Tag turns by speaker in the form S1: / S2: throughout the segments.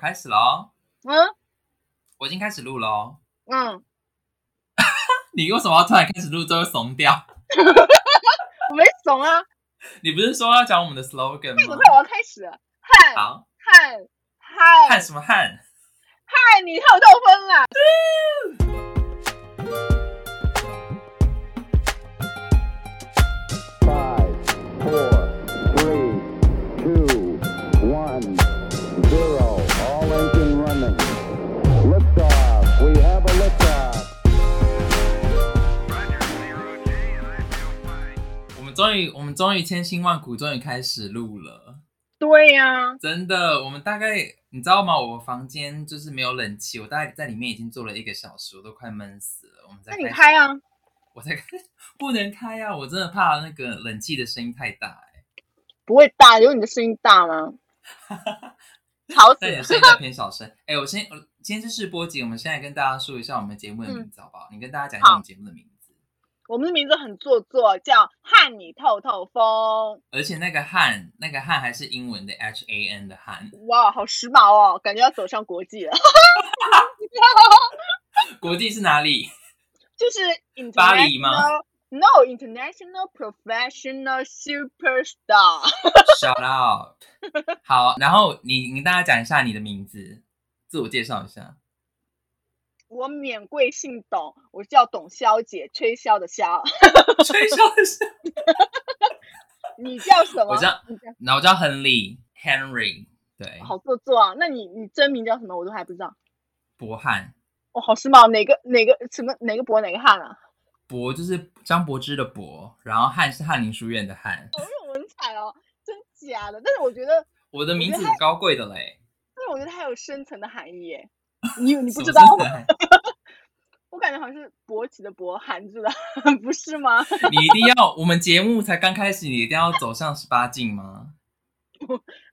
S1: 开始喽，
S2: 嗯
S1: 我已经开始录喽。
S2: 嗯，
S1: 你为什么要突然开始录之后怂掉？
S2: 我没怂啊，
S1: 你不是说要讲我们的 slogan
S2: 快点
S1: 吗
S2: 快？点，我要开始了，汗
S1: 好，
S2: 汗汗
S1: 汗什么汗？
S2: 汗，你看我掉分了。
S3: Five, four, three, two, one, zero. All engine running. Liftoff. We have a liftoff.
S1: 我们终于，我们终于千辛万苦，终于开始录了。
S2: 对呀、
S1: 真的，我们大概你知道吗？我房间就是没有冷气，我大概在里面已经坐了一个小时，我都快闷死了。我们再
S2: 那你
S1: 始
S2: 开啊，
S1: 我才开，不能开啊！我真的怕那个冷气的声音太大、欸，
S2: 不会大，有你的声音 大吗？吵死
S1: 但你的！
S2: 了
S1: 声音在偏小声。哎、我先，我今天是试播集，我们现在跟大家说一下我们节目的
S2: 嗯
S1: 名字，好不好？你跟大家讲一下我们节目的名字，
S2: 我们的名字很做作，叫“汗你透透风
S1: 而且那个汉，那个汉还是英文的 H A N 的汉，”。
S2: 哇，好时髦哦，感觉要走上国际了。
S1: 国际是哪里？
S2: 就是
S1: 巴黎吗
S2: international no international professional superstar。
S1: Shout out！好，然后你你跟大家讲一下你的名字，自我介绍一下。
S2: 我免贵姓董，我叫董潇姐，吹箫的箫。
S1: 吹箫是，
S2: 你叫什么？
S1: 我叫
S2: 你叫
S1: 然后我叫亨利 Henry，对，
S2: 好做作啊！那你你真名叫什么？我都还不知道。
S1: 博汉，
S2: 哦，好时髦，哪个哪个什么哪个博哪个汉啊？
S1: 博就是张柏芝的博，然后汉是翰林书院的翰。
S2: 好有文采哦，真假的？但是我觉得，
S1: 我的名字很高贵的嘞，
S2: 但是我觉得它有深层的含义耶。你你
S1: 什
S2: 不
S1: 么
S2: 知道
S1: 是
S2: 吗？
S1: 翰
S2: 我感觉好像是勃起的勃，含住的， 不是吗？
S1: 你一定要，我们节目才刚开始，你一定要走向十八禁 吗？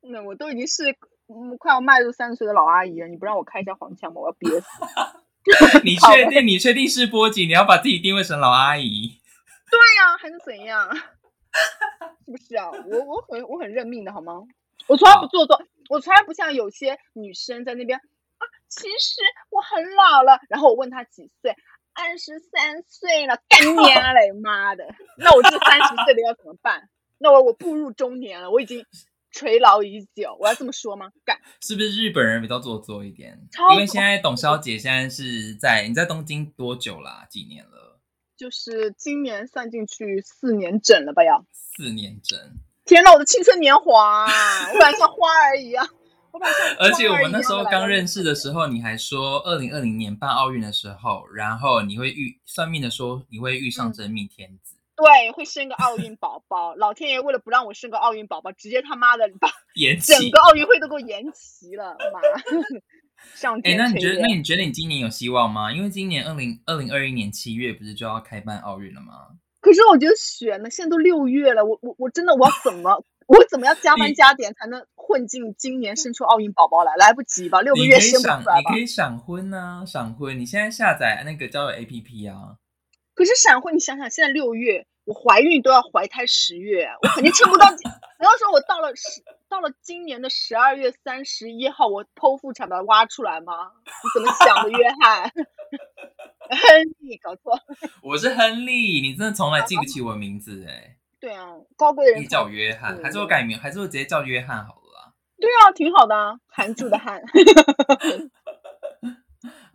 S2: 那我都已经是嗯快要迈入三十岁的老阿姨了，你不让我开一下黄腔吗？我要憋死。
S1: 你
S2: 好
S1: 确定？你确定是波及？你要把自己定位成老阿姨？
S2: 对呀、还能怎样？ 是不是啊？我我很我很认命的好吗？我从来不
S1: 好
S2: 做作，我从来不像有些女生在那边啊，其实我很老了。然后我问她几岁，二十三岁了，干娘嘞，妈的！那我这三十岁的要怎么办？那我我步入中年了，我已经垂老已久，我要这么说吗？干，
S1: 是不是日本人比较做作一点
S2: 超？
S1: 因为现在董小姐现在是在你在东京多久啦、几年了？
S2: 就是今年算进去四年整了吧要。
S1: 四年整。
S2: 天呐，我的青春年华啊，我感觉像花儿一样，我感觉像
S1: 而且我
S2: 花儿
S1: 们那
S2: 一
S1: 时
S2: 样
S1: 候
S2: 地来到
S1: 刚
S2: 日
S1: 认识的时候，你还说二零二零年办奥运的时候，然后你会遇算命的说你会遇上
S2: 嗯
S1: 真命天子，
S2: 对，会生个奥运宝宝。老天爷为了不让我生个奥运宝宝，直接他妈的把
S1: 延期。
S2: 整个奥运会都给我延期 了，妈！ 上
S1: 哎、
S2: 天
S1: 那你
S2: 垂
S1: 觉得那
S2: 怜
S1: 你觉得你今年有希望吗？因为今年二零二零二一年七月不是就要开办奥运了吗？
S2: 可是我觉得悬呢，现在都六月了，我我我真的我要怎么 我怎么样加
S1: 你
S2: 班加点才能混进今年生出奥运宝宝来？来不及吧，六个
S1: 你
S2: 月
S1: 可以
S2: 生不
S1: 闪，
S2: 出来
S1: 你
S2: 吧
S1: 可？以闪婚啊，闪婚！你现在下载那个交友 APP 啊，
S2: 可是闪婚，你想想，现在六月，我怀孕都要怀胎十月，我肯定撑不到。不要说我到了十，到了今年的十二月三十一号，我剖腹产把它挖出来吗？你怎么想的，约翰？ 亨利，搞错。
S1: 我是亨利，你真的从来记不起我名字哎、
S2: 对啊，高贵的人
S1: 你
S2: 才
S1: 叫我约翰，
S2: 嗯
S1: 还是我改名，还是我直接叫约翰好了啦，
S2: 对啊，挺好的啊，含住 的汗。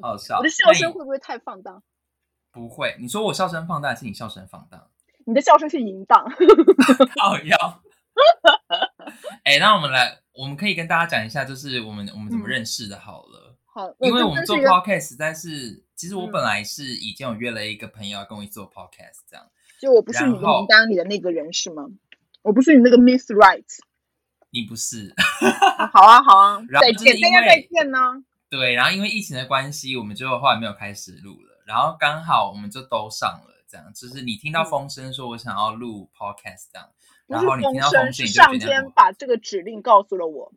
S1: 好笑。
S2: 我的
S1: 那
S2: 笑
S1: 你
S2: 声会不会太放荡？
S1: 不会，你说我笑声放大，还是你笑声放大，
S2: 你的笑声是淫荡。
S1: 靠腰。哎、那我们来，我们可以跟大家讲一下，就是我们我们怎么
S2: 嗯
S1: 认识的，好了。
S2: 好，
S1: 因为
S2: 这
S1: 我们
S2: 真是
S1: 做
S2: 一个
S1: podcast 实在是，其实我
S2: 嗯
S1: 本来是已经有约了一个朋友要跟我一起做 podcast 这样。
S2: 就我不是你的
S1: 然后
S2: 名单里的那个人是吗？我不是你那个 Miss Right。
S1: 你不是
S2: 啊好啊，好啊，
S1: 然后
S2: 再
S1: 就是
S2: 见，
S1: 因
S2: 大家再
S1: 为
S2: 见呢、
S1: 对，然后因为疫情的关系，我们就后来没有开始录了，然后刚好我们就都上了，这样就是你听到
S2: 嗯
S1: 风声说我想要录 podcast 这样，
S2: 不
S1: 然
S2: 是
S1: 后你听
S2: 风
S1: 到风声
S2: 声，是
S1: 你就决
S2: 上
S1: 定要
S2: 天
S1: 录，
S2: 把这个指令告诉了我，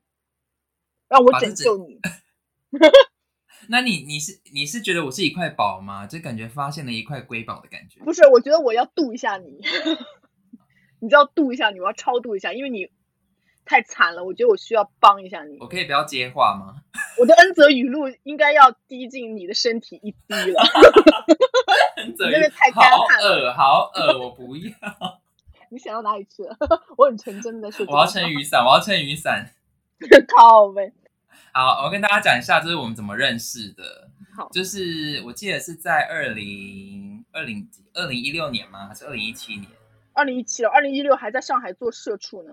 S2: 让
S1: 把
S2: 我
S1: 啊这
S2: 拯
S1: 指
S2: 救你。
S1: 那你你是你是觉得我是一块宝吗？就感觉发现了一块瑰宝的感觉。
S2: 不是，我觉得我要度一下你， 你知道度一下你，我要超度一下，因为你太惨了，我觉得我需要帮一下你。
S1: 哦我可以不要接话吗？
S2: 我的恩泽语录应该要滴进你的身体一滴 了。
S1: 这
S2: 真的太干
S1: 好
S2: 旱
S1: 恶，好恶，我不要，
S2: 你想到哪里去了？ 我很纯真的说这个
S1: 我
S2: 话，
S1: 要撑雨伞，我要撑雨伞。
S2: 靠呗。
S1: 好，我跟大家讲一下，就是我们怎么认识的。
S2: 好
S1: 就是我记得是在二零二零几二零一六年吗？还是二零一七年？
S2: 二零一七了，二零一六还在上海做社畜呢。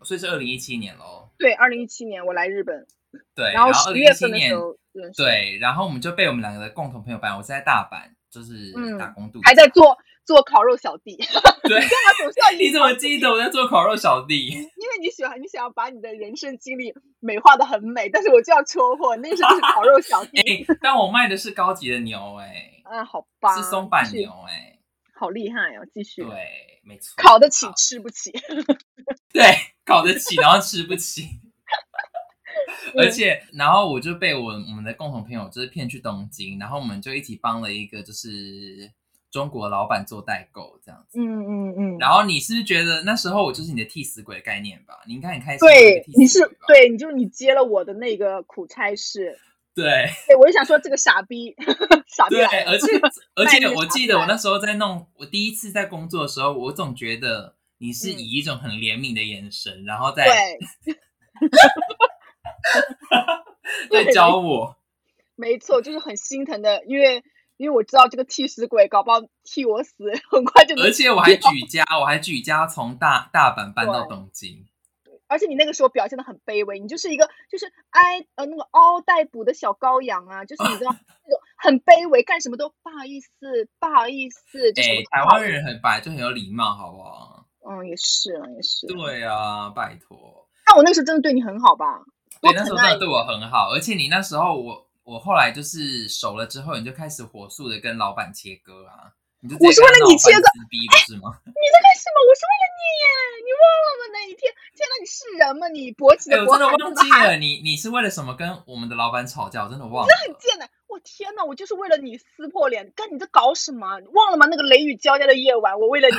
S1: 哦所以是二零一七年喽。
S2: 对，二零一七年我来日本，
S1: 对，
S2: 然后
S1: 二
S2: 十
S1: 零一
S2: 月
S1: 七
S2: 份的
S1: 年
S2: 时，候认识，
S1: 对，然后我们就被我们两个的共同朋友班，我是在大阪，就是
S2: 嗯
S1: 打工度假、
S2: 还在做做烤肉小弟。
S1: 对，
S2: 他总是要
S1: 你
S2: 隐
S1: 怎么记得我在做烤肉小弟？
S2: 因为你喜欢，你想要把你的人生经历美化的很美，但是我就要戳破，那个时候就是烤肉 小
S1: 哎、
S2: 弟。
S1: 但我卖的是高级的牛、
S2: 嗯，好
S1: 哎，
S2: 吧，
S1: 是松板
S2: 继续，
S1: 牛、哎，
S2: 好厉害哦！继续，
S1: 对，没错，
S2: 烤得起
S1: 好
S2: 吃不起，
S1: 对，烤得起，然后吃不起。
S2: 嗯
S1: 而且，然后我就被我我们的共同朋友就是骗去东京，然后我们就一起帮了一个就是中国老板做代购这样子。
S2: 嗯嗯嗯。
S1: 然后你是不是觉得那时候我就是你的替死鬼的概念吧？你应该很开心我的
S2: 对，
S1: 替死鬼吧。
S2: 你是对，你就是你接了我的那个苦差事，
S1: 对
S2: 对我就想说这个傻逼， 傻逼
S1: 对，
S2: 来了，
S1: 而且 而
S2: 卖
S1: 且
S2: 力
S1: 我
S2: 打
S1: 记得我
S2: 怪
S1: 那时候在弄，我第一次在工作的时候，我总觉得你是
S2: 嗯
S1: 以一种很怜悯的眼神，然后在
S2: 对，
S1: 在
S2: 对
S1: 教我。
S2: 没错，就是很心疼的，因为因为我知道这个替死鬼搞不好替我死，很快就能
S1: 而且我还举家，我还举家从大大阪搬到
S2: 对
S1: 东京。
S2: 而且你那个时候表现的很卑微，你就是一个就是挨呃那个嗷待哺的小羔羊啊，就是你知 道那种很卑微，干什么都不好意思，不好意思，就
S1: 哎、
S2: 什么都
S1: 台
S2: 不好
S1: 湾人很白，就很有礼貌，好不好？
S2: 嗯，也是啊，也是。
S1: 对啊，拜托。
S2: 但我那个时候真的对你很好吧？
S1: 对，
S2: 我
S1: 那时
S2: 很
S1: 候真
S2: 爱
S1: 的
S2: 你，
S1: 对我很好，而且你那时候我我后来就是熟了之后，你就开始火速的跟老板切割啊。你就直
S2: 我
S1: 接
S2: 是
S1: 跟
S2: 为了
S1: 老
S2: 你
S1: 板
S2: 切割
S1: 撕逼不是 吗？
S2: 你在干什么？我是为了你耶！你忘了吗？那一天，天哪，你是人吗？你勃起
S1: 哎、
S2: 的
S1: 我真
S2: 勃
S1: 的
S2: 汗
S1: 忘记了你，你是为了什么跟我们的老板吵架？我真的忘了。
S2: 贱的，我天哪！我就是为了你撕破脸，干你在搞什么？你忘了吗？那个雷雨交加的夜晚，我为了你。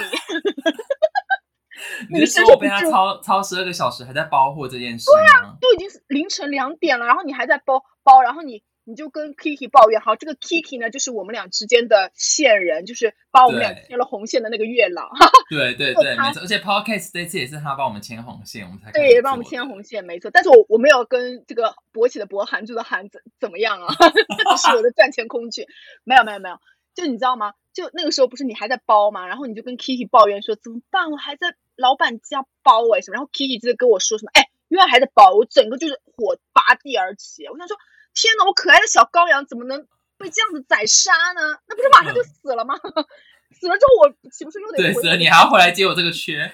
S1: 你
S2: 你
S1: 是
S2: 伸
S1: 说我
S2: 手
S1: 被
S2: 不
S1: 他
S2: 住啊
S1: 超超十二个小时还在包货这件事吗？
S2: 都已经是凌晨两点了，然后你还在包包，然后你你就跟 Kiki 抱怨，好，这个 Kiki 呢，就是我们俩之间的线人，就是帮我们俩
S1: 对
S2: 牵了红线的那个月老，
S1: 对对
S2: 就
S1: 对，
S2: 他
S1: 没错。而且 podcast 这次也是他帮我们牵红线，我们才开
S2: 对，
S1: 始
S2: 也帮我们
S1: 做
S2: 牵
S1: 的。
S2: 红线，没错。但是我我没有跟这个勃起的勃、含住的含怎怎么样啊？ 这只 是我的赚钱工具，没有没有没有。就你知道吗？就那个时候不是你还在包嘛，然后你就跟 Kiki 抱怨说怎么办？我还在老板家包哎、什么？然后 Kiki 就跟我说什么哎，原来还在包，我整个就是火拔地而起。我想说，天呐，我可爱的小羔羊怎么能被这样子宰杀呢？那不是马上就死了吗？ 死了之后我岂不是又得
S1: 嗯对，
S2: 回
S1: 所以
S2: 去
S1: 你还要回来接我这个缺。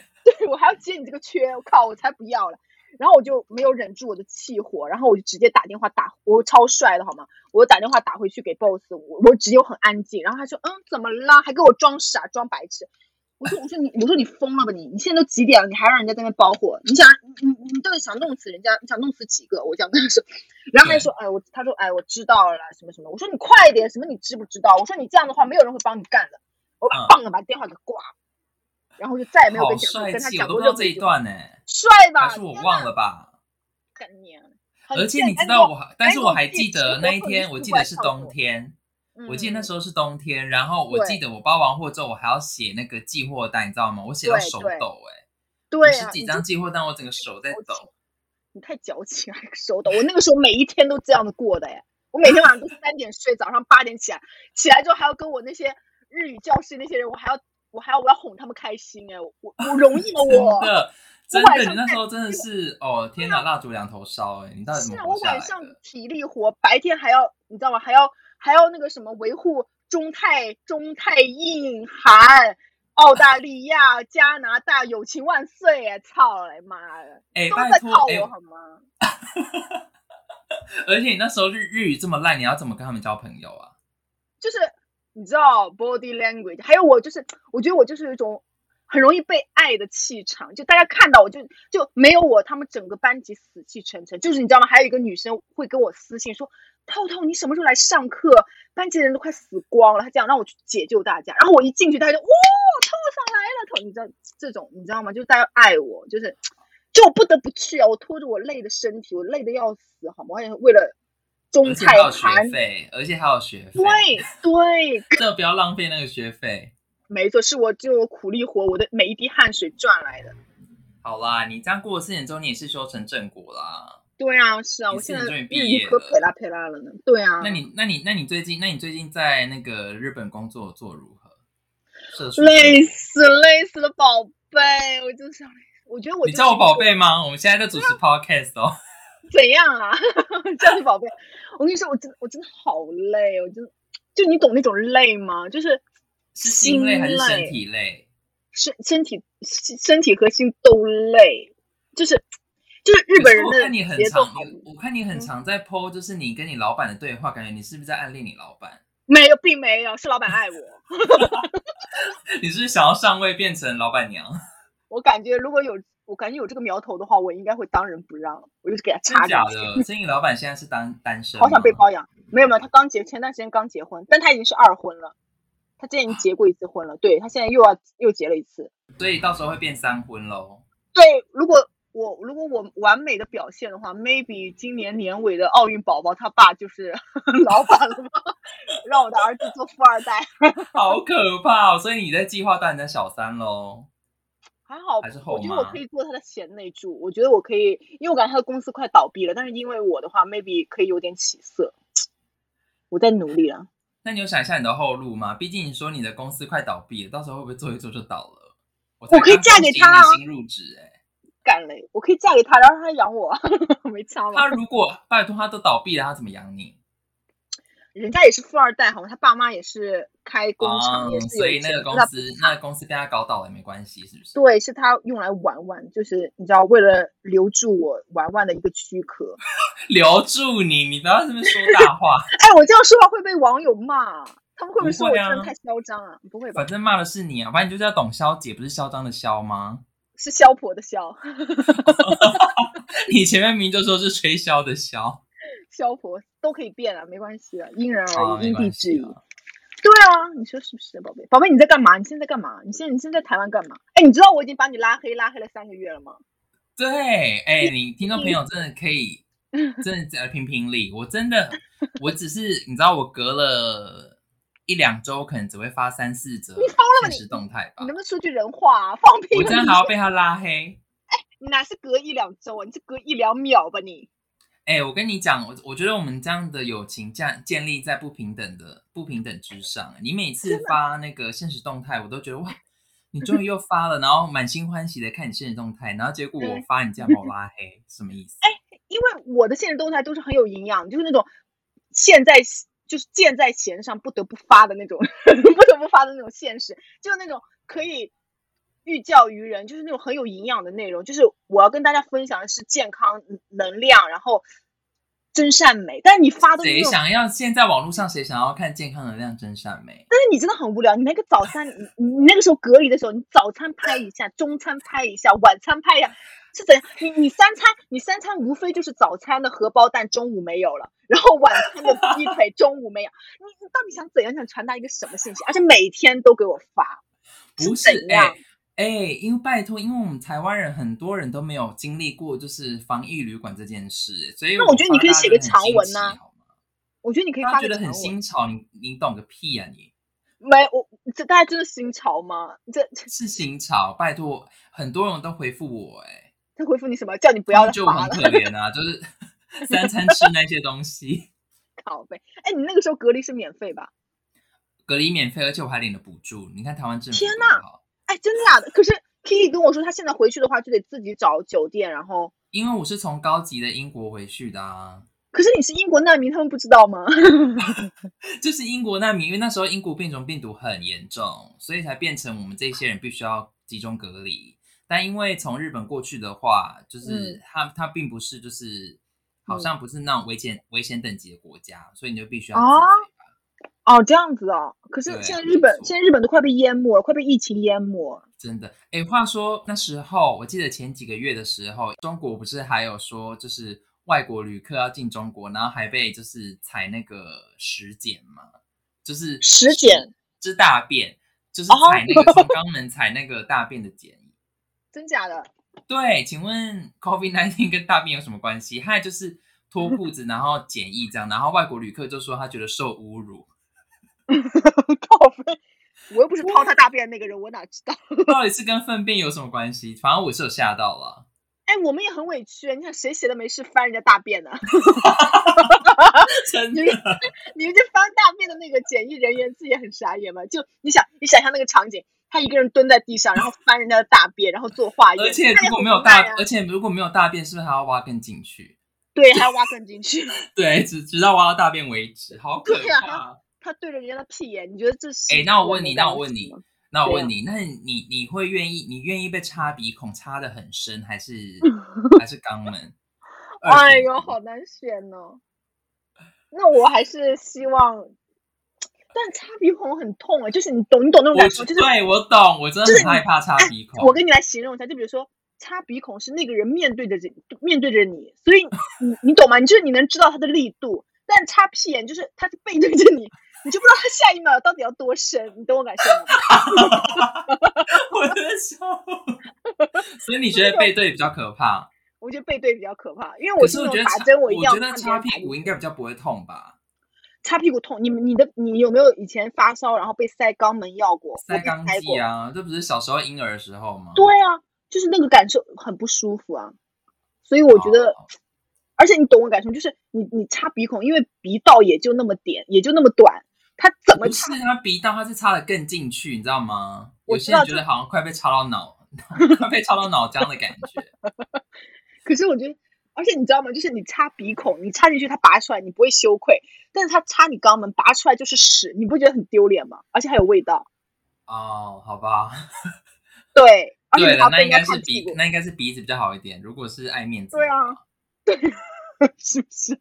S2: 我还要接你这个缺，我靠，我才不要了。然后我就没有忍住我的气火，然后我就直接打电话打，我超帅的好吗？我打电话打回去给 boss，我我只有很安静。然后他说，嗯，怎么啦？还给我装傻装白痴。我说，我说你，我说你疯了吧你？你现在都几点了？你还让人家在那边包货？你想，你你你到底想弄死人家？你想弄死几个？我讲跟他说，然后他就说，哎，我他说，哎，我知道了啦，什么什么。我说你快点，什么你知不知道？我说你这样的话，没有人会帮你干的。我
S1: 嗯
S2: 棒的把电话给挂了，然后就再也没有
S1: 好
S2: 跟讲过
S1: 帅
S2: 跟他
S1: 气，我
S2: 讲
S1: 都
S2: 过
S1: 不知道
S2: 任
S1: 这
S2: 何
S1: 一
S2: 句话
S1: 段呢、
S2: 帅吧？
S1: 还是我
S2: 天
S1: 忘
S2: 呐
S1: 了吧？
S2: 干你娘！很
S1: 而且
S2: 贱
S1: 你知
S2: 哎
S1: 道
S2: 我
S1: 我还，但是我还
S2: 我记
S1: 记得
S2: 得
S1: 那
S2: 我
S1: 一
S2: 很
S1: 天，
S2: 意
S1: 我
S2: 外
S1: 记得是
S2: 上
S1: 冬
S2: 过
S1: 天，我记得那时
S2: 候
S1: 候是冬天，然后我
S2: 对
S1: 记得我包完货之后，我还要写那个寄货单，你知道吗？我写到
S2: 对
S1: 手
S2: 对
S1: 抖、哎、
S2: 对
S1: 十
S2: 啊，
S1: 几
S2: 你
S1: 张
S2: 就
S1: 寄货单，我整个手在
S2: 我记
S1: 抖。
S2: 你太矫情了， 手抖。我那个时候每一天都这样子过的哎，我每天晚上都三点睡，早上八点起来，起来之后还要跟我那些日语教室那些人，我还要我还要我要哄他们开心哎，我我我容易吗
S1: 真
S2: 我？
S1: 的，真
S2: 晚
S1: 的，
S2: 上
S1: 你那
S2: 在
S1: 时候真的是哦，天哪，蜡烛两头烧哎、你到底
S2: 是
S1: 怎么
S2: 啊，
S1: 活
S2: 我
S1: 下来
S2: 晚
S1: 的？
S2: 上体力活，白天还要你知道吗？还要还要那个什么维护中泰中泰印韩、澳大利亚、加拿大友情万岁！哎，操嘞妈的，
S1: 哎、
S2: 都
S1: 拜
S2: 在
S1: 托
S2: 靠
S1: 哎、
S2: 我好吗？
S1: 而且你那时候日日语这么烂，你要怎么跟他们交朋友啊？
S2: 就是你知道 body language，还有我就是我觉得我就是有一种。很容易被爱的气场，就大家看到我就就没有我，他们整个班级死气沉沉。就是你知道吗？还有一个女生会跟我私信说：“透透，你什么时候来上课？班级的人都快死光了，他这样让我去解救大家。然后我一进去，大家就哇，透上来了，透，你知道这种你知道吗？就是大家爱我，就是就我不得不去啊，我拖着我累的身体，我累的要死，好吗？我也为了中
S1: 而且还
S2: 菜
S1: 有
S2: 盘
S1: 学。费，而且还有学费，
S2: 对，对，
S1: 真的不要浪费那个学费。
S2: 没错，是我就苦力活，我的每一滴汗水赚来的。
S1: 好啦，你这样过了四年之后，你也是修成正果啦。
S2: 对啊，是啊，
S1: 你
S2: 我
S1: 是
S2: 现在
S1: 你终于毕
S2: 日语
S1: 业
S2: 科
S1: 了
S2: 培拉培拉了呢。对啊，
S1: 那你、那你、那你最近、那你最近在那个日本工作做如何？社畜
S2: 累死累死了，宝贝，我就想，我觉得我
S1: 你
S2: 就
S1: 叫我
S2: 是
S1: 宝贝吗？我们现在在主持 podcast 哦。
S2: 怎样啊？ 叫你宝贝，我跟你说，我真的我真的好累，我真的就你懂那种累吗？就是
S1: 是心累还是
S2: 心
S1: 身体累？
S2: 身身体身身体和心都累，就是就是日本人
S1: 可是我看你
S2: 的
S1: 很
S2: 节奏
S1: 常
S2: 好，，嗯
S1: 你我看你很常在 PO，就是你跟你老板的对话，感觉你是不是在暗恋你老板？
S2: 没有，并没有，是老板爱我。
S1: 你是不是想要上位变成老板娘？
S2: 我感觉如果有我感觉有这个苗头的话，我应该会当仁不让，我就给他
S1: 真
S2: 插
S1: 的假
S2: 进去。
S1: 的？所以你老板现在是单单身吗？
S2: 好想被包养。没有没有，他刚结前段时间刚结婚，但他已经是二婚了。他之前已经结过一次婚了，对他现在又要又结了一次。
S1: 所以到时候会变三婚喽。
S2: 对，如果我如果我完美的表现的话，maybe 今年年尾的奥运宝宝他爸就是 老板了吧？ 让我的儿子做富二代，
S1: 好可怕、哦！所以你在计划当你的小三喽？
S2: 还好
S1: 还是，后
S2: 我觉得我
S1: 妈
S2: 可以做他的贤内助。我觉得我可以，因为我感觉他的公司快倒闭了，但是因为我的话，maybe 可以有点起色。我在努力了。
S1: 那你有想一下你的后路吗？毕竟你说你的公司快倒闭了，到时候会不会做一做就倒了？我
S2: 我可以嫁给他啊
S1: 啊！新入职哎、
S2: 干嘞！我可以嫁给他，然后他养我， 没枪了。
S1: 他如果拜托他都倒闭了，他怎么养你？
S2: 人家也是富二代，好吗？他爸妈也是开工厂，
S1: 哦
S2: 也是有
S1: 所以那
S2: 钱
S1: 个公
S2: 他
S1: 司，那个公司被他搞倒了也没关系，是不是？
S2: 对，是他用来玩玩，就是你知道，为了留住我玩玩的一个躯壳。
S1: 留住你，你不要这么说大话。
S2: 哎，我这样说话会被网友骂，他们会不
S1: 不
S2: 会说
S1: 会
S2: 我真的
S1: 啊
S2: 太嚣张啊？不会吧
S1: 反？正骂的是你啊，反正你就叫董潇姐，不是嚣张的潇吗？
S2: 是萧婆的萧，
S1: 你前面明明就说是吹箫的箫，
S2: 萧婆都可以变啊，没关系啊，因人
S1: 啊
S2: 而
S1: 没
S2: 异，因地
S1: 关
S2: 制
S1: 系
S2: 宜。
S1: 啊。
S2: 对啊，你说是不是，宝贝？宝贝，你在干嘛？你现在在干嘛？你现在你现在在台湾干嘛？哎，你知道我已经把你拉黑拉黑了三个月了吗？
S1: 对，哎、你听
S2: 嗯
S1: 众朋友真的可以，真的来评评理。我真的，我只是你知道，我隔了一两周，可能只会发三四则
S2: 了
S1: 现实动态吧
S2: 你能。不能说句人话啊？放屁！
S1: 我真的还要被他拉黑。
S2: 你哪是隔一两周啊？你是隔一两秒吧你？
S1: 哎、我跟你讲，我我觉得我们这样的友情建建立在不平等的不平等之上。你每次发那个现实动态，我都觉得哇，你终于又发了，然后满心欢喜的看你现实动态，然后结果我
S2: 对
S1: 发你这样把我拉黑，什么意思？哎、
S2: 因为我的现实动态都是很有营养，就是那种现在就是箭在弦上不得不发的那种， 不得不发的那种现实，就是那种可以寓教于人，就是那种很有营养的内容。就是我要跟大家分享的是健康嗯能量，然后真善美。但是你发的那
S1: 谁
S2: 种，
S1: 想要现在网络上谁想要看健康能量真善美？
S2: 但是你真的很无聊。你那个早餐，你你那个时候隔离的时候，你早餐拍一下，中餐拍一下，晚餐拍一下，是怎样？你你三餐，你三餐无非就是早餐的荷包蛋中午没有了，然后晚餐的鸡腿中午没有。你你到底想怎样？想传达一个什么信息？而且每天都给我发，
S1: 不
S2: 是
S1: 是
S2: 怎
S1: 哎
S2: 样？
S1: 哎、因为拜托，因为我们台湾人很多人都没有经历过就是防疫旅馆这件事，所以
S2: 那我觉得你可以写个长文呐
S1: 呐、好吗
S2: 我觉得你可以
S1: 大家
S2: 发个
S1: 觉得
S2: 长
S1: 很
S2: 文。
S1: 新潮，你你懂个屁呀、你
S2: 没，我这大家真的新潮吗？这这
S1: 是新潮，拜托，很多人都回复我、哎，
S2: 他回复你什么？叫你不
S1: 不
S2: 要再
S1: 就
S2: 发
S1: 很
S2: 了，
S1: 可怜啊，就是 三餐吃那些东西，
S2: 靠呗。哎，你那个时候隔离是免费吧？
S1: 隔离免费，而且我还领了补助，你看台湾政府
S2: 天
S1: 多
S2: 呐
S1: 好
S2: 哎，真的假的？可是 Kitty 跟我说，他现在回去的话就得自己找酒店，然后。
S1: 因为我是从高级的英国回去的啊。
S2: 可是你是英国难民，他们不知道吗？
S1: 就是英国难民，因为那时候英国变种病毒很严重，所以才变成我们这些人必须要集中隔离。但因为从日本过去的话，就是它它并不是就是好像不是那种危险危险等级的国家，所以你就必须要自
S2: 哦
S1: 费吧。
S2: 哦，这样子哦。可
S1: 对
S2: 是现在
S1: 没
S2: 日本，
S1: 错
S2: 现在日本都快被淹没了，快被疫情淹没了。
S1: 真的，哎，话说那时候我记得前几个月的时候，中国不是还有说就是外国旅客要进中国，然后还被就是采那个食检嘛，就是
S2: 食检
S1: 之大便，就是
S2: 哦
S1: 采那 个从肛门采那个大便的检。
S2: 真假的？
S1: 对，请问 COVID 1 9跟大便有什么关系？还有就是脱裤子，然后简易这样，然后外国旅客就说他觉得受侮辱，
S2: 靠背，我又不是掏他大便那个人，我哪知道？
S1: 到底是跟粪便有什么关系？反正我是有吓到了，
S2: 哎，我们也很委屈，你看谁闲的没事翻人家大便呢？
S1: 真
S2: 你们
S1: 的，
S2: 你们这翻大便的那个检疫人员自己也很傻眼嘛？就你想，你想象那个场景，他一个人蹲在地上，然后翻人家的大便，然后做化验，
S1: 而且
S2: 那也
S1: 如果
S2: 很
S1: 没有
S2: 无奈
S1: 大，
S2: 啊
S1: 而且如果没有大便，是不是还要挖更进去？
S2: 对，还要挖粪进去，
S1: 对，直直到挖到大便为止，好可
S2: 对啊
S1: 怕。
S2: 他对着人家的屁眼，你觉得这是？
S1: 哎那我问你那我问你那我
S2: 对
S1: 问
S2: 啊
S1: 你，那你你会愿意，你愿意被插鼻孔插的很深，还 是还是肛门？二
S2: 哎
S1: 选
S2: 呦，
S1: 一
S2: 好难选哦。那我还是希望，但插鼻孔很痛啊，就是你懂，你懂那种
S1: 我
S2: 感受，
S1: 知
S2: 就是
S1: 对我懂，我真的
S2: 就是
S1: 很害
S2: 你
S1: 怕插
S2: 哎
S1: 鼻孔。
S2: 我跟你来形容一下，就比如说插鼻孔是那个人面对着这面对着你，所以你你懂吗？你就是你能知道他的力度，但插屁眼就是他是背对着你，你就不知道他下一秒到底要多深，你懂我感受吗？
S1: 我真的笑。所以你觉得背对比较可怕？
S2: 我觉得背对比较可怕，因为
S1: 可
S2: 我
S1: 是
S2: 是
S1: 我
S2: 那
S1: 觉
S2: 种
S1: 得
S2: 打
S1: 插
S2: 针，我一定
S1: 我
S2: 要
S1: 觉得
S2: 看别
S1: 插
S2: 人
S1: 屁
S2: 打进
S1: 股应
S2: 去
S1: 该比较不会痛吧？
S2: 擦屁股痛。你们你的你有没有以前发烧然后被塞肛门药过？
S1: 塞
S2: 我被
S1: 肛
S2: 塞
S1: 剂
S2: 过。
S1: 啊，这不是小时候婴儿的时候吗？
S2: 对啊，就是那个感受很不舒服啊，所以我觉得，
S1: 哦
S2: 而且你懂我感受，就是你你插鼻孔，因为鼻道也就那么点，也就那么短，它怎么
S1: 不
S2: 插
S1: 是他鼻道，他是插的更进去，你知道吗？
S2: 我
S1: 有
S2: 知
S1: 些人
S2: 道
S1: 觉
S2: 就
S1: 得好像快被插到 脑，快被插到脑浆的感觉。
S2: 可是我觉得，而且你知道吗？就是你插鼻孔，你插进去它拔出来，你不会羞愧；但是它插你肛门，拔出来就是屎，你不觉得很丢脸吗？而且还有味道。
S1: 哦，好吧，
S2: 对， 而且
S1: 对
S2: 你
S1: 了
S2: 还要，
S1: 那
S2: 被
S1: 应
S2: 人家
S1: 该是
S2: 看屁
S1: 鼻
S2: 股，。
S1: 那应该是鼻子比较好一点。如果是爱面子，
S2: 对啊，对， 是不是？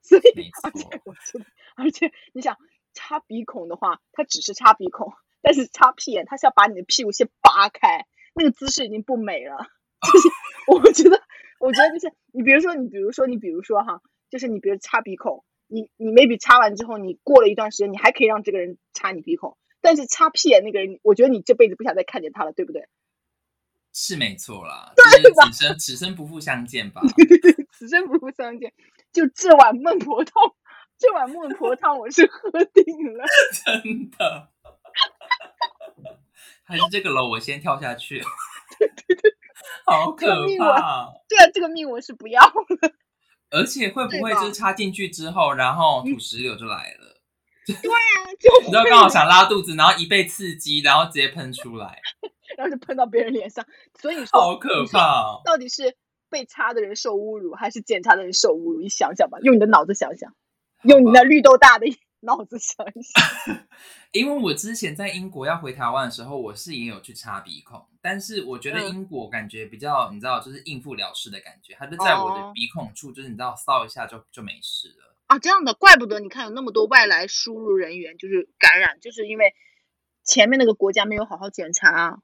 S2: 所以
S1: 没，
S2: 而且
S1: 错
S2: 我觉得，而且你想插鼻孔的话，它只是插鼻孔，但是插屁眼，它是要把你的屁股先扒开，那个姿势已经不美了。 就是我觉得，我觉得就是你，比如说你，比如说你，比如说哈，就是你，比如插鼻孔，你你 maybe 插完之后，你过了一段时间，你还可以让这个人插你鼻孔，但是插屁眼那个人，我觉得你这辈子不想再看见他了，对不 对？
S1: 是没错啦，就是此生此生不复相见 吧。
S2: 此生不复相见，就这碗孟婆汤，这碗孟婆汤我是喝定了。
S1: 真的。还是这个楼，我先跳下 去。好可
S2: 救命
S1: 怕！
S2: 对啊，这个命我是不要了。
S1: 而且会不
S2: 对
S1: 会
S2: 吧嗯
S1: 就是插进去之后，然后土石流就来了？
S2: 就
S1: 你知道
S2: 会
S1: 刚好想拉肚子，然后一被刺激，然后直接喷出来，
S2: 然后就喷到别人脸上，所以说
S1: 好可怕哦！
S2: 到底是被插的人受侮辱，还是检查的人受侮辱？你想想吧，用你的脑子想想，用你那绿豆大的 脑子想一想。
S1: 因为我之前在英国要回台湾的时候，我是也有去插鼻孔，但是我觉得
S2: 嗯
S1: 英国感觉比较，你知道，就是应付了事的感觉，它就在我的
S2: 哦
S1: 鼻孔处，就是你知道搔一下就就没事了。
S2: 啊，这样的，怪不得你看有那么多外来输入人员就是感染，就是因为前面那个国家没有好好检查啊。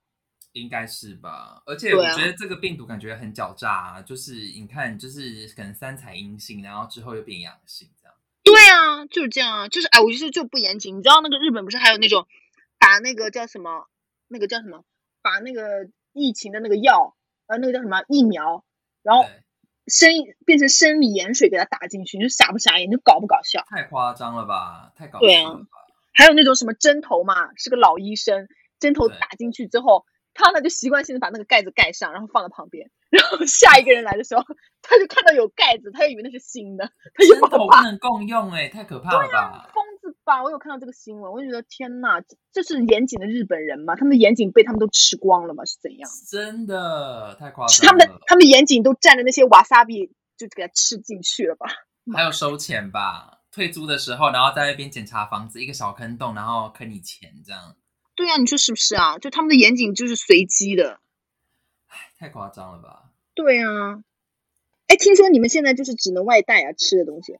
S1: 应该是吧，而且我
S2: 对啊
S1: 觉得这个病毒感觉很狡诈啊，就是你看，就是可能三才阴性，然后之后又变阳性这样。
S2: 对啊，就是这样啊，就是哎，我就说就不严谨。你知道那个日本不是还有那种把那个叫什么，那个叫什么，把那个疫情的那个药，呃，那个叫什么疫苗，然后
S1: 对，
S2: 生变成生理盐水给它打进去，你说傻不傻眼？你说搞不搞笑？
S1: 太夸张了吧，太搞
S2: 对啊
S1: 笑 了吧。
S2: 还有那种什么针头嘛，是个老医生，针头
S1: 对
S2: 打进去之后，他呢就习惯性的把那个盖子盖上，然后放在旁边，然 后下一个人来的时候，他就看到有盖子，他就以为那是新的，他就
S1: 针
S2: 把它
S1: 头
S2: 拔
S1: 不能共用哎、太可怕了吧！
S2: 疯子吧！我有看到这个新闻，我就觉得天呐，这这是严谨的日本人吗？他们的严谨被他们都吃光了吗？是怎样？
S1: 真的太夸
S2: 是
S1: 张
S2: 他们的
S1: 了，
S2: 他们的严谨都蘸着那些瓦萨比就给它吃进去了吧？
S1: 还有收钱吧？退租的时候，然后在那边检查房子，一个小坑洞，然后坑你钱这样，
S2: 对啊，你说是不是啊？就他们的严谨就是随机的。
S1: 太夸张了吧？
S2: 对啊，哎，听说你们现在就是只能外带啊，吃的东西。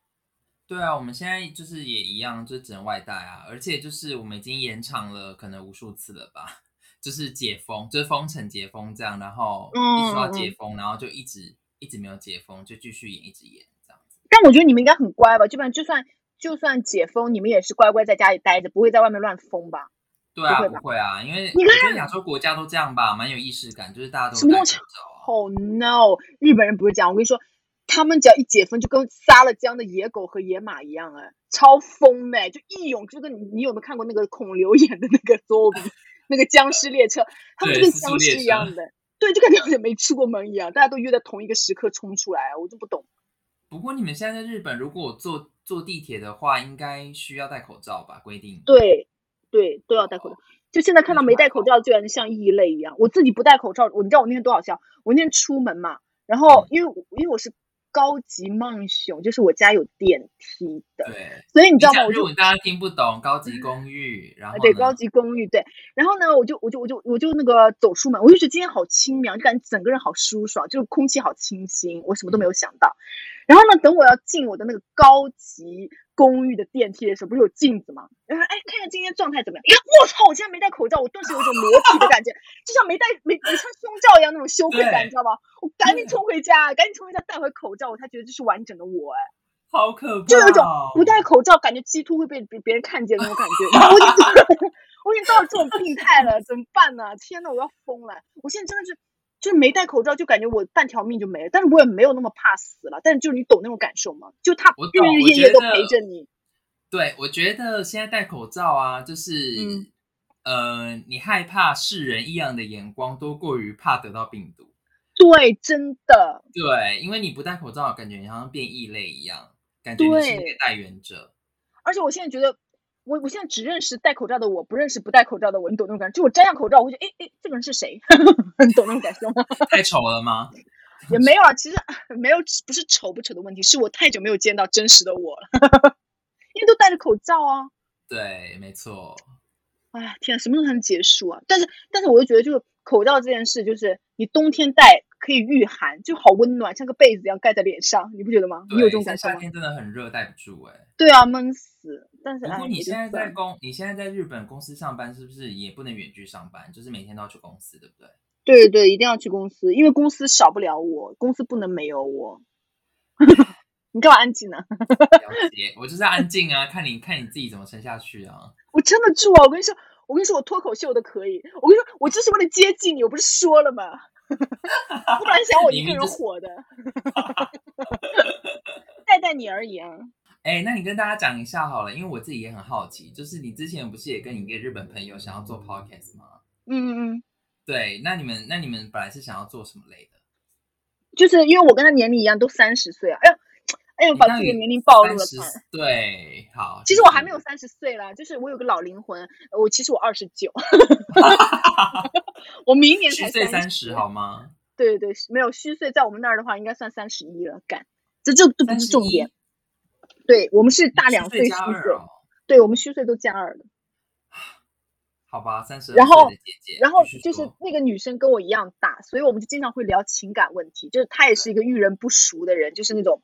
S1: 对啊，我们现在就是也一样，就只能外带啊，而且就是我们已经延长了可能无数次了吧，就是解封，就是封城解封这样，然后一直说
S2: 嗯
S1: 要解封，然后就一直一直没有解封，就继续延，一直延这样子。
S2: 但我觉得你们应该很乖吧？基本上就算就算解封，你们也是乖乖在家里待着，不会在外面乱疯吧？
S1: 对啊，
S2: 不会
S1: 不
S2: 吧
S1: 会啊，因为
S2: 你
S1: 我觉得亚洲国家都这样吧，蛮有意识感，就是大家都
S2: 什么
S1: 戴
S2: 东
S1: 口
S2: 西
S1: 罩啊。
S2: Oh no！日本人不是这样，我跟你说，他们只要一解封，就跟杀了江的野狗和野马一样，哎，超疯的、就一涌，就跟你你有没有看过那个孔刘演的那个 zombie，那个僵尸列车，他们就
S1: 对
S2: 跟
S1: 四足
S2: 僵
S1: 列
S2: 尸一样的，对，就感觉好像没出过门一样，大家都约在同一个时刻冲出来，啊我就不懂。
S1: 不过你们现在在日本，如果我坐坐地铁的话，应该需要戴口罩吧？规定。
S2: 对，对，都要戴口罩。就现在看
S1: 那
S2: 到
S1: 就
S2: 没
S1: 还
S2: 戴口
S1: 好
S2: 罩，居然像异类一样。我自己不戴口罩，我你知道我那天多好笑？我那天出门嘛，然
S1: 嗯
S2: 后因为我因为我是高级曼熊，就是我家有电梯的，
S1: 对，
S2: 所以你
S1: 你
S2: 知道吗？
S1: 讲
S2: 我
S1: 日
S2: 就
S1: 文大家听不懂，高级公寓，然后
S2: 呃对
S1: 呢
S2: 高级公寓对。然后呢，我就我就我就我就那个走出门，我就觉得今天好清啊凉，就感觉整个人好舒爽，就是空气好清新，我什么都
S1: 嗯
S2: 没有想到。然后呢，等我要进我的那个高级公寓的电梯的时候，不是有镜子吗？然后哎，看看今天状态怎么样？哎，我操！我竟然没戴口罩，我顿时有一种裸体的感觉，就像没戴没没穿胸罩一样那种羞愧
S1: 对
S2: 感，你知道吗？我赶紧冲回家，赶紧冲回家戴回口罩，我才觉得这是完整的我哎。
S1: 好可怕、哦，
S2: 就有一种不戴口罩，感觉鸡突会被别别人看见那种感 觉。然后我已经我已经到了这种病态了，怎么办呢？天呐，我要疯了！我现在真的是就是没戴口罩，就感觉我半条命就没了。但是我也没有那么怕死了，但是就是你懂那种感受吗？就他
S1: 我
S2: 日
S1: 懂
S2: 日
S1: 我
S2: 夜
S1: 觉
S2: 夜都
S1: 得
S2: 陪着你。
S1: 对，我觉得现在戴口罩啊，就是，
S2: 嗯
S1: 呃，你害怕世人异样的眼光，多过于怕得到病毒。
S2: 对，真的，
S1: 对，因为你不戴口罩，感觉你好像变异类一样，感觉你是那
S2: 对
S1: 个带源者。
S2: 而且我现在觉得。我我现在只认识戴口罩的我，不认识不戴口罩的我，你懂那种感觉？就我摘下口罩，我会觉得，哎哎，这个人是谁？ 你懂那种感受吗？
S1: 太丑了吗？
S2: 也没有啊，其实 没有，不是丑不丑的问题，是我太久没有见到真实的我了， 因为都戴着口罩啊。
S1: 对，没错，
S2: 哎，天啊，什么时候才能结束啊？但是，但是我就觉得，就是口罩这件事，就是你冬天戴可以御寒，就好温暖，像个被子一样盖在脸上，你不觉得吗？你
S1: 对，
S2: 有这种感
S1: 现在
S2: 受
S1: 夏
S2: 吗？
S1: 天真的很热，戴不住哎、
S2: 对啊，闷死。但是
S1: 不
S2: 哎，
S1: 过你
S2: 也就
S1: 现在在
S2: 算了
S1: 公，你现在在日本公司上班，是不是也不能远距上班？就是每天都要去公司，对不 对？
S2: 对对，一定要去公司，因为公司少不了我，公司不能没有我。 你干嘛安静呢？
S1: 了解，我就是要安静啊，看你看你自己怎么撑下去啊。
S2: 我撑得住啊！我跟你说，我跟你说，我脱口秀都可以。我跟你说，我就是为了接近你，我不是说了吗？我本来想我一
S1: 明明
S2: 个人
S1: 就是
S2: 火的，带带你而已啊。
S1: 哎，那你跟大家讲一下好了，因为我自己也很好奇，就是你之前不是也跟你一个日本朋友想要做 podcast 吗？
S2: 嗯嗯嗯，
S1: 对，那你们那你们本来是想要做什么类的？
S2: 就是因为我跟他年龄一样，都三十岁啊。哎呦，哎呦，
S1: 你
S2: 把
S1: 到
S2: 自己的
S1: 底
S2: 年龄暴露了。
S1: 30
S2: 看
S1: 对，好。
S2: 其
S1: 就
S2: 实我还
S1: 是
S2: 没有三十岁啦，就是我有个老灵魂，呃我其实我二十 九，我明年
S1: 虚
S2: 才
S1: 岁
S2: 三
S1: 三十，好吗？
S2: 对对，没有虚岁，在我们那儿的话，应该算三十一了。干，这这这不是重点。对我们是大
S1: 31
S2: 两岁虚
S1: 加
S2: 岁，
S1: 二哦。
S2: 对我们虚岁都加二的。
S1: 好吧，三十。
S2: 然后
S1: 姐姐，
S2: 然后
S1: 继续
S2: 就是
S1: 说
S2: 那个女生跟我一样大，所以我们就经常会聊情感问题。就是她也是一个遇人不熟的人，就是那种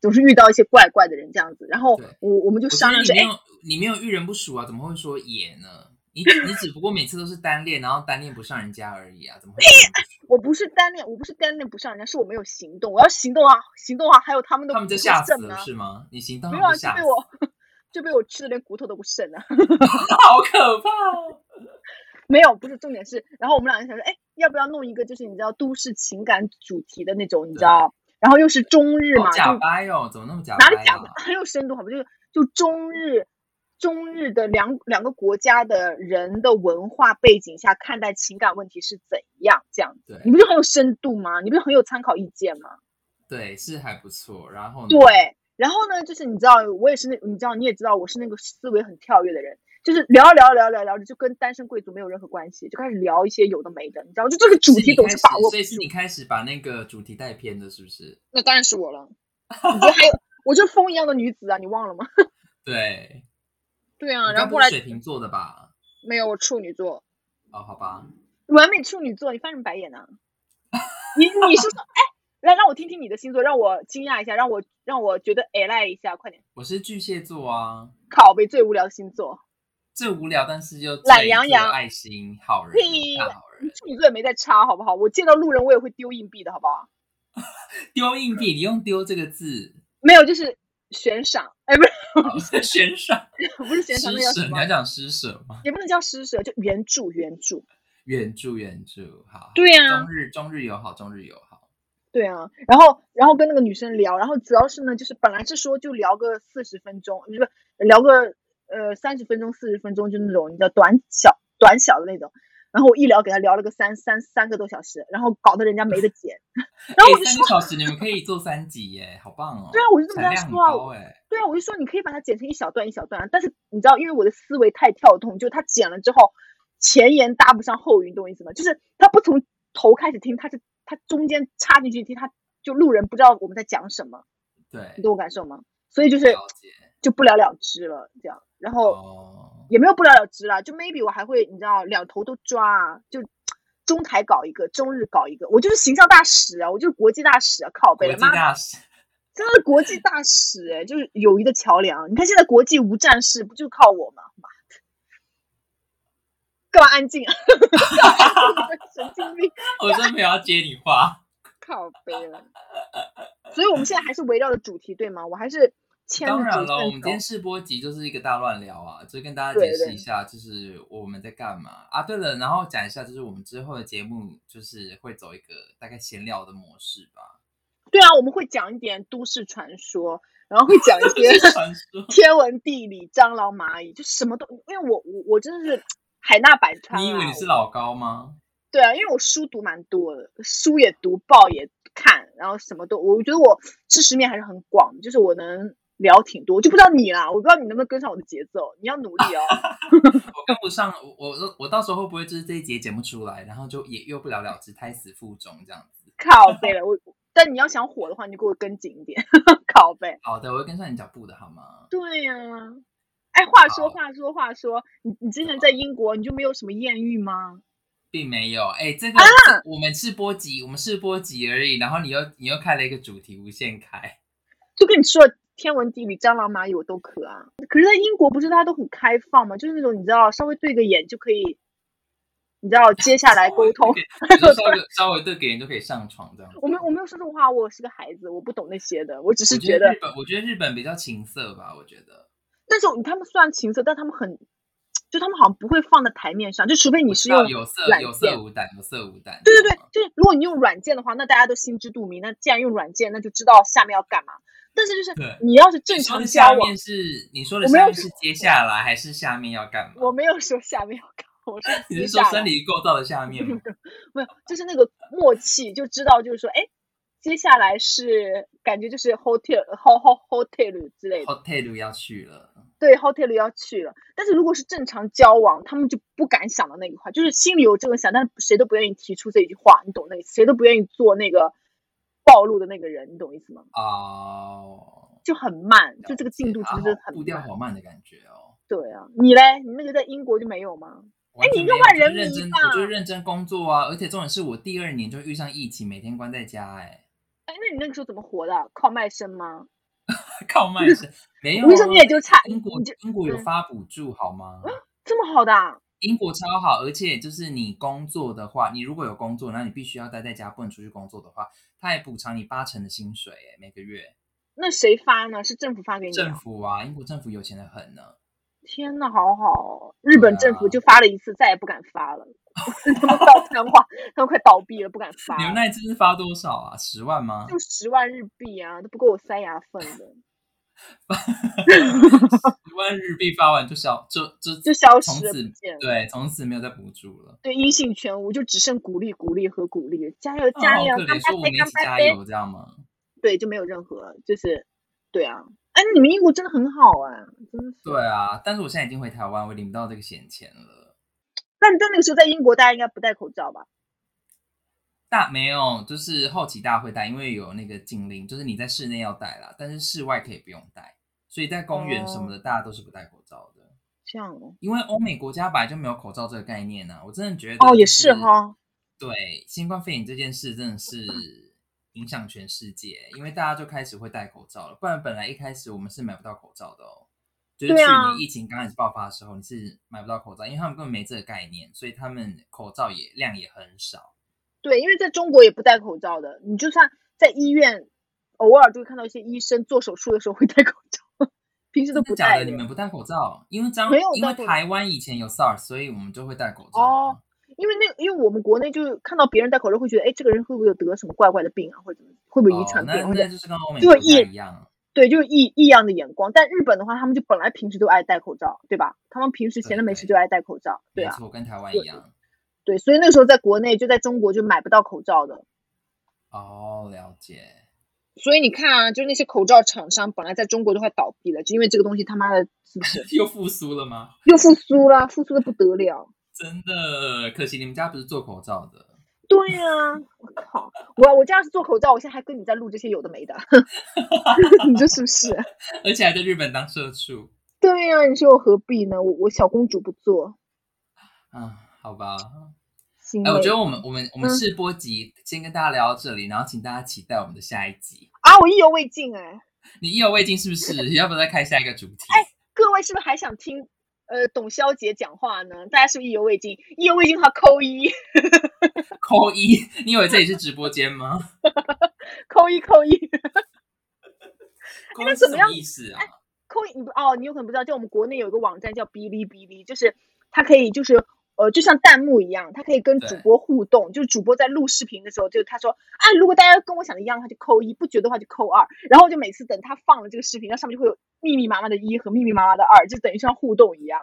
S2: 总是遇到一些怪怪的人这样子。然后
S1: 对
S2: 我我们就
S1: 我觉
S2: 商
S1: 得
S2: 量
S1: 你没
S2: 说，哎，
S1: 有你没有遇人不淑啊，怎么会说也呢？你你只不过每次都是单恋，然后单恋不上人家而已啊，怎么会遇人不淑？
S2: 我不是单恋，我不是单恋不上人家，是我没有行动。我要行动啊，行动啊！还有他们都
S1: 他们就
S2: 不
S1: 吓死
S2: 剩
S1: 了
S2: 啊，
S1: 是吗？你行动
S2: 没
S1: 他
S2: 有
S1: 们
S2: 啊，
S1: 就
S2: 就
S1: 吓
S2: 被
S1: 死，
S2: 我 就被我吃的连骨头都不剩啊。
S1: 好可怕哦！
S2: 没有，不是重点是，然后我们俩就想说，哎，要不要弄一个就是你知道都市情感主题的那种，你知
S1: 对
S2: 道？然后又是中日
S1: 好
S2: 嘛，
S1: 假
S2: 就
S1: 掰哦，怎么那么假掰、
S2: 哪
S1: 啊？
S2: 里讲的很有深度，好不好？就是就中日中日的两两个国家的人的文化背景下看待情感问题是怎样这样？
S1: 对
S2: 你不是很有深度吗？你不是很有参考意见吗？
S1: 对，是还不错。然
S2: 嗯
S1: 后呢？
S2: 对，然后呢，就是你知道，我也是那，你知道，你也知道，我是那个思维很跳跃的人，就是聊聊聊聊聊着，就跟单身贵族没有任何关系，就开始聊一些有的没的，你知道，就这个主
S1: 你
S2: 题总
S1: 开
S2: 是
S1: 始
S2: 把握不
S1: 所以是
S2: 住
S1: 你开始把那个主题带偏的，是不是？
S2: 那当然是我了，你觉得还有我就是风一样的女子啊，你忘了吗？
S1: 对，
S2: 对
S1: 你
S2: 啊，
S1: 该
S2: 然后
S1: 不
S2: 后
S1: 是
S2: 来
S1: 水瓶座的吧？
S2: 没有，我处女座，
S1: 哦，好吧，
S2: 完美处女座，你翻什么白眼呢、你你说说，哎，来让我听听你的星座，让我惊讶一下，让我让我觉得哎赖一下，快点，
S1: 我是巨蟹座啊，
S2: 拷贝最无聊的星座，
S1: 最无聊，但是又
S2: 懒
S1: 最
S2: 洋
S1: 具
S2: 洋
S1: 有爱心，好人
S2: 屁，
S1: 大好人。
S2: 处女座也没在差，好不好？我见到路人我也会丢硬币的，好不好？
S1: 丢硬币，你用“丢”这个 字，
S2: 没有，就是悬赏，哎，不是
S1: 好悬 赏，
S2: 不是悬赏，
S1: 施
S2: 那
S1: 舍，
S2: 叫什
S1: 你
S2: 么
S1: 要？讲施舍吗？
S2: 也不能叫施舍，就援助援助。
S1: 啊援助，援助，好。
S2: 对啊
S1: 中日中日友好，中日友好。
S2: 对啊，然后然后跟那个女生聊，然后主要是呢，就是本来是说就聊个四十分钟，就是聊个呃三十分钟、四十分钟，就那种你知道短小短小的那种。然后我一聊给他聊了个三三三个多小时，然后搞得人家没得剪。 然后我就
S1: 哎三
S2: 说，
S1: 个小时你们可以做三集耶，好棒哦！
S2: 对啊我就这么
S1: 产
S2: 跟他
S1: 量很
S2: 说啊
S1: 高
S2: 我
S1: 哎，
S2: 对啊，我就说你可以把它剪成一小段一小段啊，但是你知道，因为我的思维太跳动，就他剪了之后前言搭不上后语，你懂我意思吗？就是他不从头开始听，他是他中间插进去听，他就路人不知道我们在讲什么，
S1: 对
S2: 你，懂我感受吗？所以就是
S1: 了解
S2: 就不了了之了，这样，然后
S1: 哦，
S2: 也没有不了了之啦，就 maybe 我还会你知道两头都抓，啊，就中台搞一个，中日搞一个，我就是形象大使啊，我就是国际大使啊，靠
S1: 国
S2: 北
S1: 际
S2: 了，妈
S1: 大使，
S2: 真的国际大使哎、就是友谊的桥梁。啊你看现在国际无战事，不就靠我吗？妈的，干嘛安静啊？ 神经病，
S1: 我真没有要接你 话，
S2: 靠背了。所以我们现在还是围绕着主题对吗？我还是牵着
S1: 当
S2: 主
S1: 然
S2: 线
S1: 了，我们今天
S2: 走。
S1: 试播集就是一个大乱聊啊，就跟大家解释一下，就是我们在干嘛啊。对了，然后讲一下，就是我们之后的节目就是会走一个大概闲聊的模式吧，
S2: 对啊，我们会讲一点都市传说，然后会讲一 些
S1: 传 说。
S2: 天文地理、蟑螂、蚂蚁，就什么都。因为我我我真的是海纳百川、啊。
S1: 你以为你是老高吗？
S2: 对啊，因为我书读蛮多的，书也读，报也看，然后什么都，我觉得我知识面还是很广的，就是我能聊挺多，我就不知道你啦，我不知道你能不能跟上我的节奏，你要 努力哦。
S1: 我跟不上，我我我到时候会不会就是这一节节目出来，然后就也又不了了之，胎死腹中这样子？
S2: 靠背了，我但你要想火的话，你就给我跟紧一点， 靠背。
S1: 好的，我会跟上你脚步的好吗？
S2: 对呀、哎，话说
S1: 好
S2: 话说话说，你你之前在英国，你就没有什么艳遇吗？
S1: 并没有，哎、这个、
S2: 啊
S1: 这我们试播集，我们试播集而已，然后你又你又开了一个主题无限开，
S2: 就跟你说了天文地理、蟑螂、蚂蚁我都可啊。可是，在英国不是大家都很开放嘛，就是那种你知道，稍微对个眼就可以，你知道接下来沟 通。
S1: 你 就稍微稍微对给人就可以上床这样子。
S2: 我没我没有说这种话，我是个孩子，我不懂那些的，我只是
S1: 我觉
S2: 觉得
S1: 日，本，我觉得日本比较情色吧，我觉得。
S2: 但是他们虽然情色，但他们很，就他们好像不会放在台面上，就除非你
S1: 我
S2: 是
S1: 知道
S2: 用
S1: 有啊色
S2: 软
S1: 有
S2: 件
S1: 色无胆，有色无胆。
S2: 对
S1: 这
S2: 对对
S1: 样吗，
S2: 就是如果你用软件的话，那大家都心知肚明，那既然用软件，那就知道下面要干嘛。但是就是
S1: 对
S2: 你要是正
S1: 你说
S2: 常
S1: 的
S2: 交
S1: 下
S2: 往
S1: 面，是你说的
S2: 我没有
S1: 下面是接下来还是下面要干嘛？
S2: 我没有说下面要干嘛，我说
S1: 你
S2: 接
S1: 是说
S2: 下来
S1: 生理构造的下 面吗？
S2: 没有，就是那个默契，就知道就是说，哎，接下来是感觉就是 hotel ho ho hotel 之类的，
S1: hotel 哦要去了，
S2: 对 hotel 要去了。但是如果是正常交往，他们就不敢想到那一块，就是心里有这个想，但是谁都不愿意提出这一句话，你懂那谁都不愿意做那个暴露的那个人，你懂意思吗？
S1: 哦，
S2: 就很慢，就
S1: 了
S2: 这个
S1: 解
S2: 进度
S1: 啊
S2: 其实
S1: 好
S2: 很
S1: 步调
S2: 慢。
S1: 好慢的感觉哦。
S2: 对啊，你嘞，你那个在英国就没有吗？
S1: 哎
S2: 你一个万人
S1: 认
S2: 迷
S1: 真，
S2: 吧
S1: 我就认真工作啊！而且重点是我第二年就遇上疫情，每天关在家、
S2: 哎，那你那个时候怎么活的？靠卖身吗？
S1: 哎， 靠卖身没有
S2: 我跟你说，
S1: 啊
S2: 你也就差，
S1: 英国
S2: 你就
S1: 英国有
S2: 嗯
S1: 发补助好吗？
S2: 这么好的啊、
S1: 英国超好，而且就是你工作的话，你如果有工作，然后你必须要待在家，不能出去工作的话，他也补偿你八成的薪水、哎，每个月。
S2: 那谁发呢？是政府发给你、啊？
S1: 政府啊，英国政府有钱的很呢、
S2: 天呐，好好哦！日本
S1: 对
S2: 政府
S1: 啊
S2: 就发了一次，再也不敢发了。 他们快要瘫痪，他们快倒闭了，不敢发
S1: 你们
S2: 了。
S1: 那一次是发多少啊？十万吗？
S2: 就十万日币啊，都不够我塞牙缝的，
S1: 十万日币发完就消，就就
S2: 就消
S1: 从
S2: 失了，不
S1: 此
S2: 见了。
S1: 对，从此没有再补助了。
S2: 对，音信全无，就只剩鼓励、鼓励和鼓励，加油、
S1: 啊
S2: 加
S1: 好
S2: 油，
S1: 可
S2: 干
S1: 怜，说我
S2: 杯
S1: 们一
S2: 干
S1: 起加
S2: 杯！
S1: 油，这样吗？
S2: 对，就没有任何，就是，对啊。哎，你们英国真的很好啊，真的是。
S1: 对啊，但是我现在已经回台湾，我领不到这个闲钱了。
S2: 那你在那个时候在英国，大家应该不戴口罩吧？
S1: 大没有，就是后期大家会戴，因为有那个禁令，就是你在室内要戴啦，但是室外可以不用戴，所以在公园什么
S2: 哦
S1: 的，大家都是不戴口罩的。
S2: 这样哦，
S1: 因为欧美国家本来就没有口罩这个概念呐、啊，我真的觉得
S2: 哦，也
S1: 就是
S2: 哈。
S1: 对，新冠肺炎这件事真的是影响全世界，因为大家就开始会戴口罩了，不然本来一开始我们是买不到口罩的哦。就是去
S2: 对啊
S1: 年疫情刚开始爆发的时候，你是买不到口罩，因为他们根本没这个概念，所以他们口罩也量也很少。
S2: 对，因为在中国也不戴口罩的，你就算在医院，偶尔就会看到一些医生做手术的时候会戴口罩，平时都
S1: 真
S2: 不
S1: 的假
S2: 戴
S1: 的？你们不戴口罩？因为张
S2: 没有
S1: 因为
S2: 戴口罩
S1: 台湾以前有 SARS，所以我们就会戴口罩。
S2: 哦，因为那因为我们国内就看到别人戴口罩会觉得，哎，这个人会不会有得什么怪怪的病啊，或者怎么，会不会遗传
S1: 哦、那
S2: 病，或
S1: 那
S2: 者
S1: 就是跟欧美
S2: 就
S1: 国家
S2: 一
S1: 一样，
S2: 对，就是异异样的眼光。但日本的话，他们就本来平时都爱戴口罩，对吧？他们平时闲着没事就爱戴口罩，对
S1: 没
S2: 啊，
S1: 错，跟台湾一
S2: 对
S1: 样。
S2: 对，所以那个时候在国内就在中国就买不到口罩的。
S1: 哦，了解。
S2: 所以你看啊，就是那些口罩厂商本来在中国都快倒闭了，就因为这个东西他妈的是不是
S1: 又复苏了吗？
S2: 又复苏了，复苏的不得了。
S1: 真的，可惜你们家不是做口罩的。
S2: 对呀、我靠！我我这样是做口罩，我现在还跟你在录这些有的没的， 你这是不是？
S1: 而且还在日本当社畜
S2: 对呀、你说我何必呢？我我小公主不做，
S1: 啊？好吧，
S2: 心
S1: 哎、我
S2: 累
S1: 觉得我们我们我们
S2: 嗯
S1: 试播集先跟大家聊到这里，然后请大家期待我们的下一集。
S2: 啊，我意犹未尽哎。
S1: 你意犹未尽是不是？要不要再开下一个主题？
S2: 各位是不是还想听呃董小姐讲话呢？大家是不是意犹未尽？意犹未尽的话扣一，
S1: 扣一， 你以为这里是直播间吗？
S2: 扣一，扣一，
S1: 扣
S2: 哎那
S1: 一是
S2: 怎
S1: 什
S2: 么
S1: 么
S2: 样
S1: 意思啊？
S2: 扣一。你不哦，你有可能不知道，就我们国内有一个网站叫哔哩哔哩，就是它可以就是。呃，就像弹幕一样，它可以跟主
S1: 对
S2: 播互动。就是主播在录视频的时候，就是他说啊，如果大家跟我想的一样，他就扣一；不觉得话就扣二。然后就每次等他放了这个视频，然后上面就会有密密麻麻的一和密密麻麻的二，就等于像互动一样。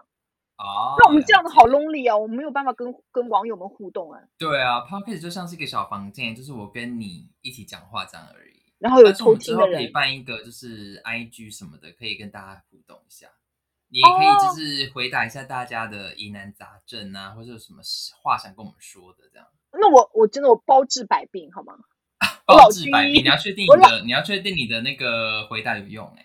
S1: 哦，
S2: 那我们这样
S1: 了
S2: 子
S1: 解
S2: 好 lonely 啊，我们没有办法跟跟网友们互动啊。
S1: 对啊 p o c k e t 就像是一个小房间，就是我跟你一起讲话这样而已。
S2: 然后有
S1: 但是我
S2: 偷
S1: 们之
S2: 听
S1: 后
S2: 的
S1: 可以
S2: 人，
S1: 办一个就是 IG 什么的，可以跟大家互动一下。你也可
S2: 哦
S1: 以就是回答一下大家的疑难杂症啊，或者有什么话想跟我们说的这样。
S2: 那我我真的我包治百病好吗？我
S1: 包
S2: 老
S1: 治百哦
S2: 鸡
S1: 病，你要确定
S2: 我
S1: 你的，你要确定你的那个回答有用哎、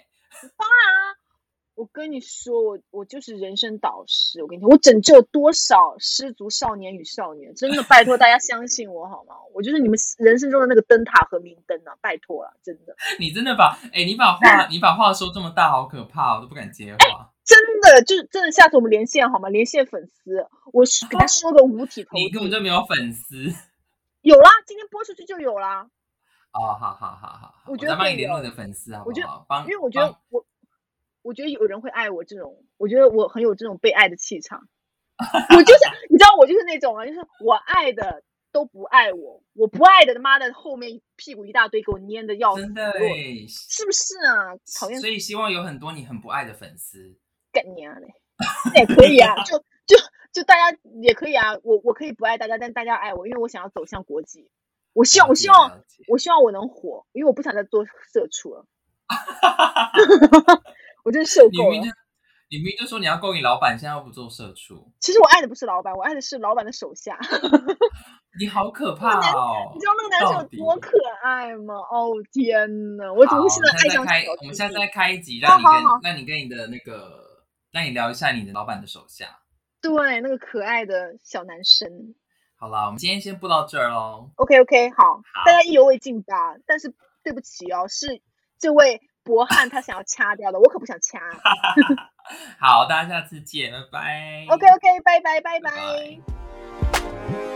S2: 我跟你说，我我就是人生导师。我跟你讲，我拯救多少失足少年与少女，真的拜托大家相信我好吗？我就是你们人生中的那个灯塔和明灯啊，拜托了、真的，
S1: 你真的把哎、你把 话你把话说这么大，好可怕、我都不敢接话。
S2: 真的就是真的，下次我们连线好吗？连线粉丝，我是给他说个五体投
S1: 你根本
S2: 地。
S1: 就没有粉丝
S2: 有啦，今天播出去就有啦。
S1: 哦，好好好好好，
S2: 我
S1: 我
S2: 觉得
S1: 再帮
S2: 会
S1: 你联络
S2: 有
S1: 你的粉丝好
S2: 我
S1: 不
S2: 觉得
S1: 好？帮，
S2: 因为我觉得
S1: 帮
S2: 我，我觉得有人会爱我这种，我觉得我很有这种被爱的 气场。我就是，你知道，我就是那种啊，就是我爱的都不爱我，我不爱的他妈的后面屁股一大堆给我粘的要死，
S1: 真的
S2: 给我
S1: 哎、
S2: 是不是啊？讨厌
S1: 所以希望有很多你很不爱的粉丝。
S2: 干你啊嘞，那也可以啊， 就就就大家也可以啊，我我可以不爱大家，但大家爱我，因为我想要走向国际。我希望，我
S1: 了解
S2: 希望，
S1: 了解
S2: 我希望我能火，因为我不想再做社 畜了。 我真受
S1: 你
S2: 够
S1: 明
S2: 了
S1: 明。就你明明就说你要勾引老板，现在又不做社畜，
S2: 其实我爱的不是老板，我爱的是老板的手下。
S1: 你好可怕哦！
S2: 你知道那个男生
S1: 到
S2: 有
S1: 底
S2: 多可爱吗？哦天呐，我怎么
S1: 好
S2: 会现在爱
S1: 我们下次再
S2: 上
S1: 开
S2: 小？
S1: 我
S2: 弟
S1: 们下次
S2: 弟
S1: 再开一集，
S2: 好
S1: 让你跟
S2: 好好
S1: 让你跟你的那个，让你聊一下你的老板的手下。
S2: 对那个可爱的小男生。
S1: 好啦，我们今天先播到这儿喽。
S2: OK OK，好，
S1: 好
S2: 大家意犹未尽吧。但是对不起哦，是这位博汉他想要掐掉的，我可不想掐。
S1: 好，大家下次见，拜拜。
S2: OK OK，拜拜
S1: 拜
S2: 拜
S1: 拜
S2: 拜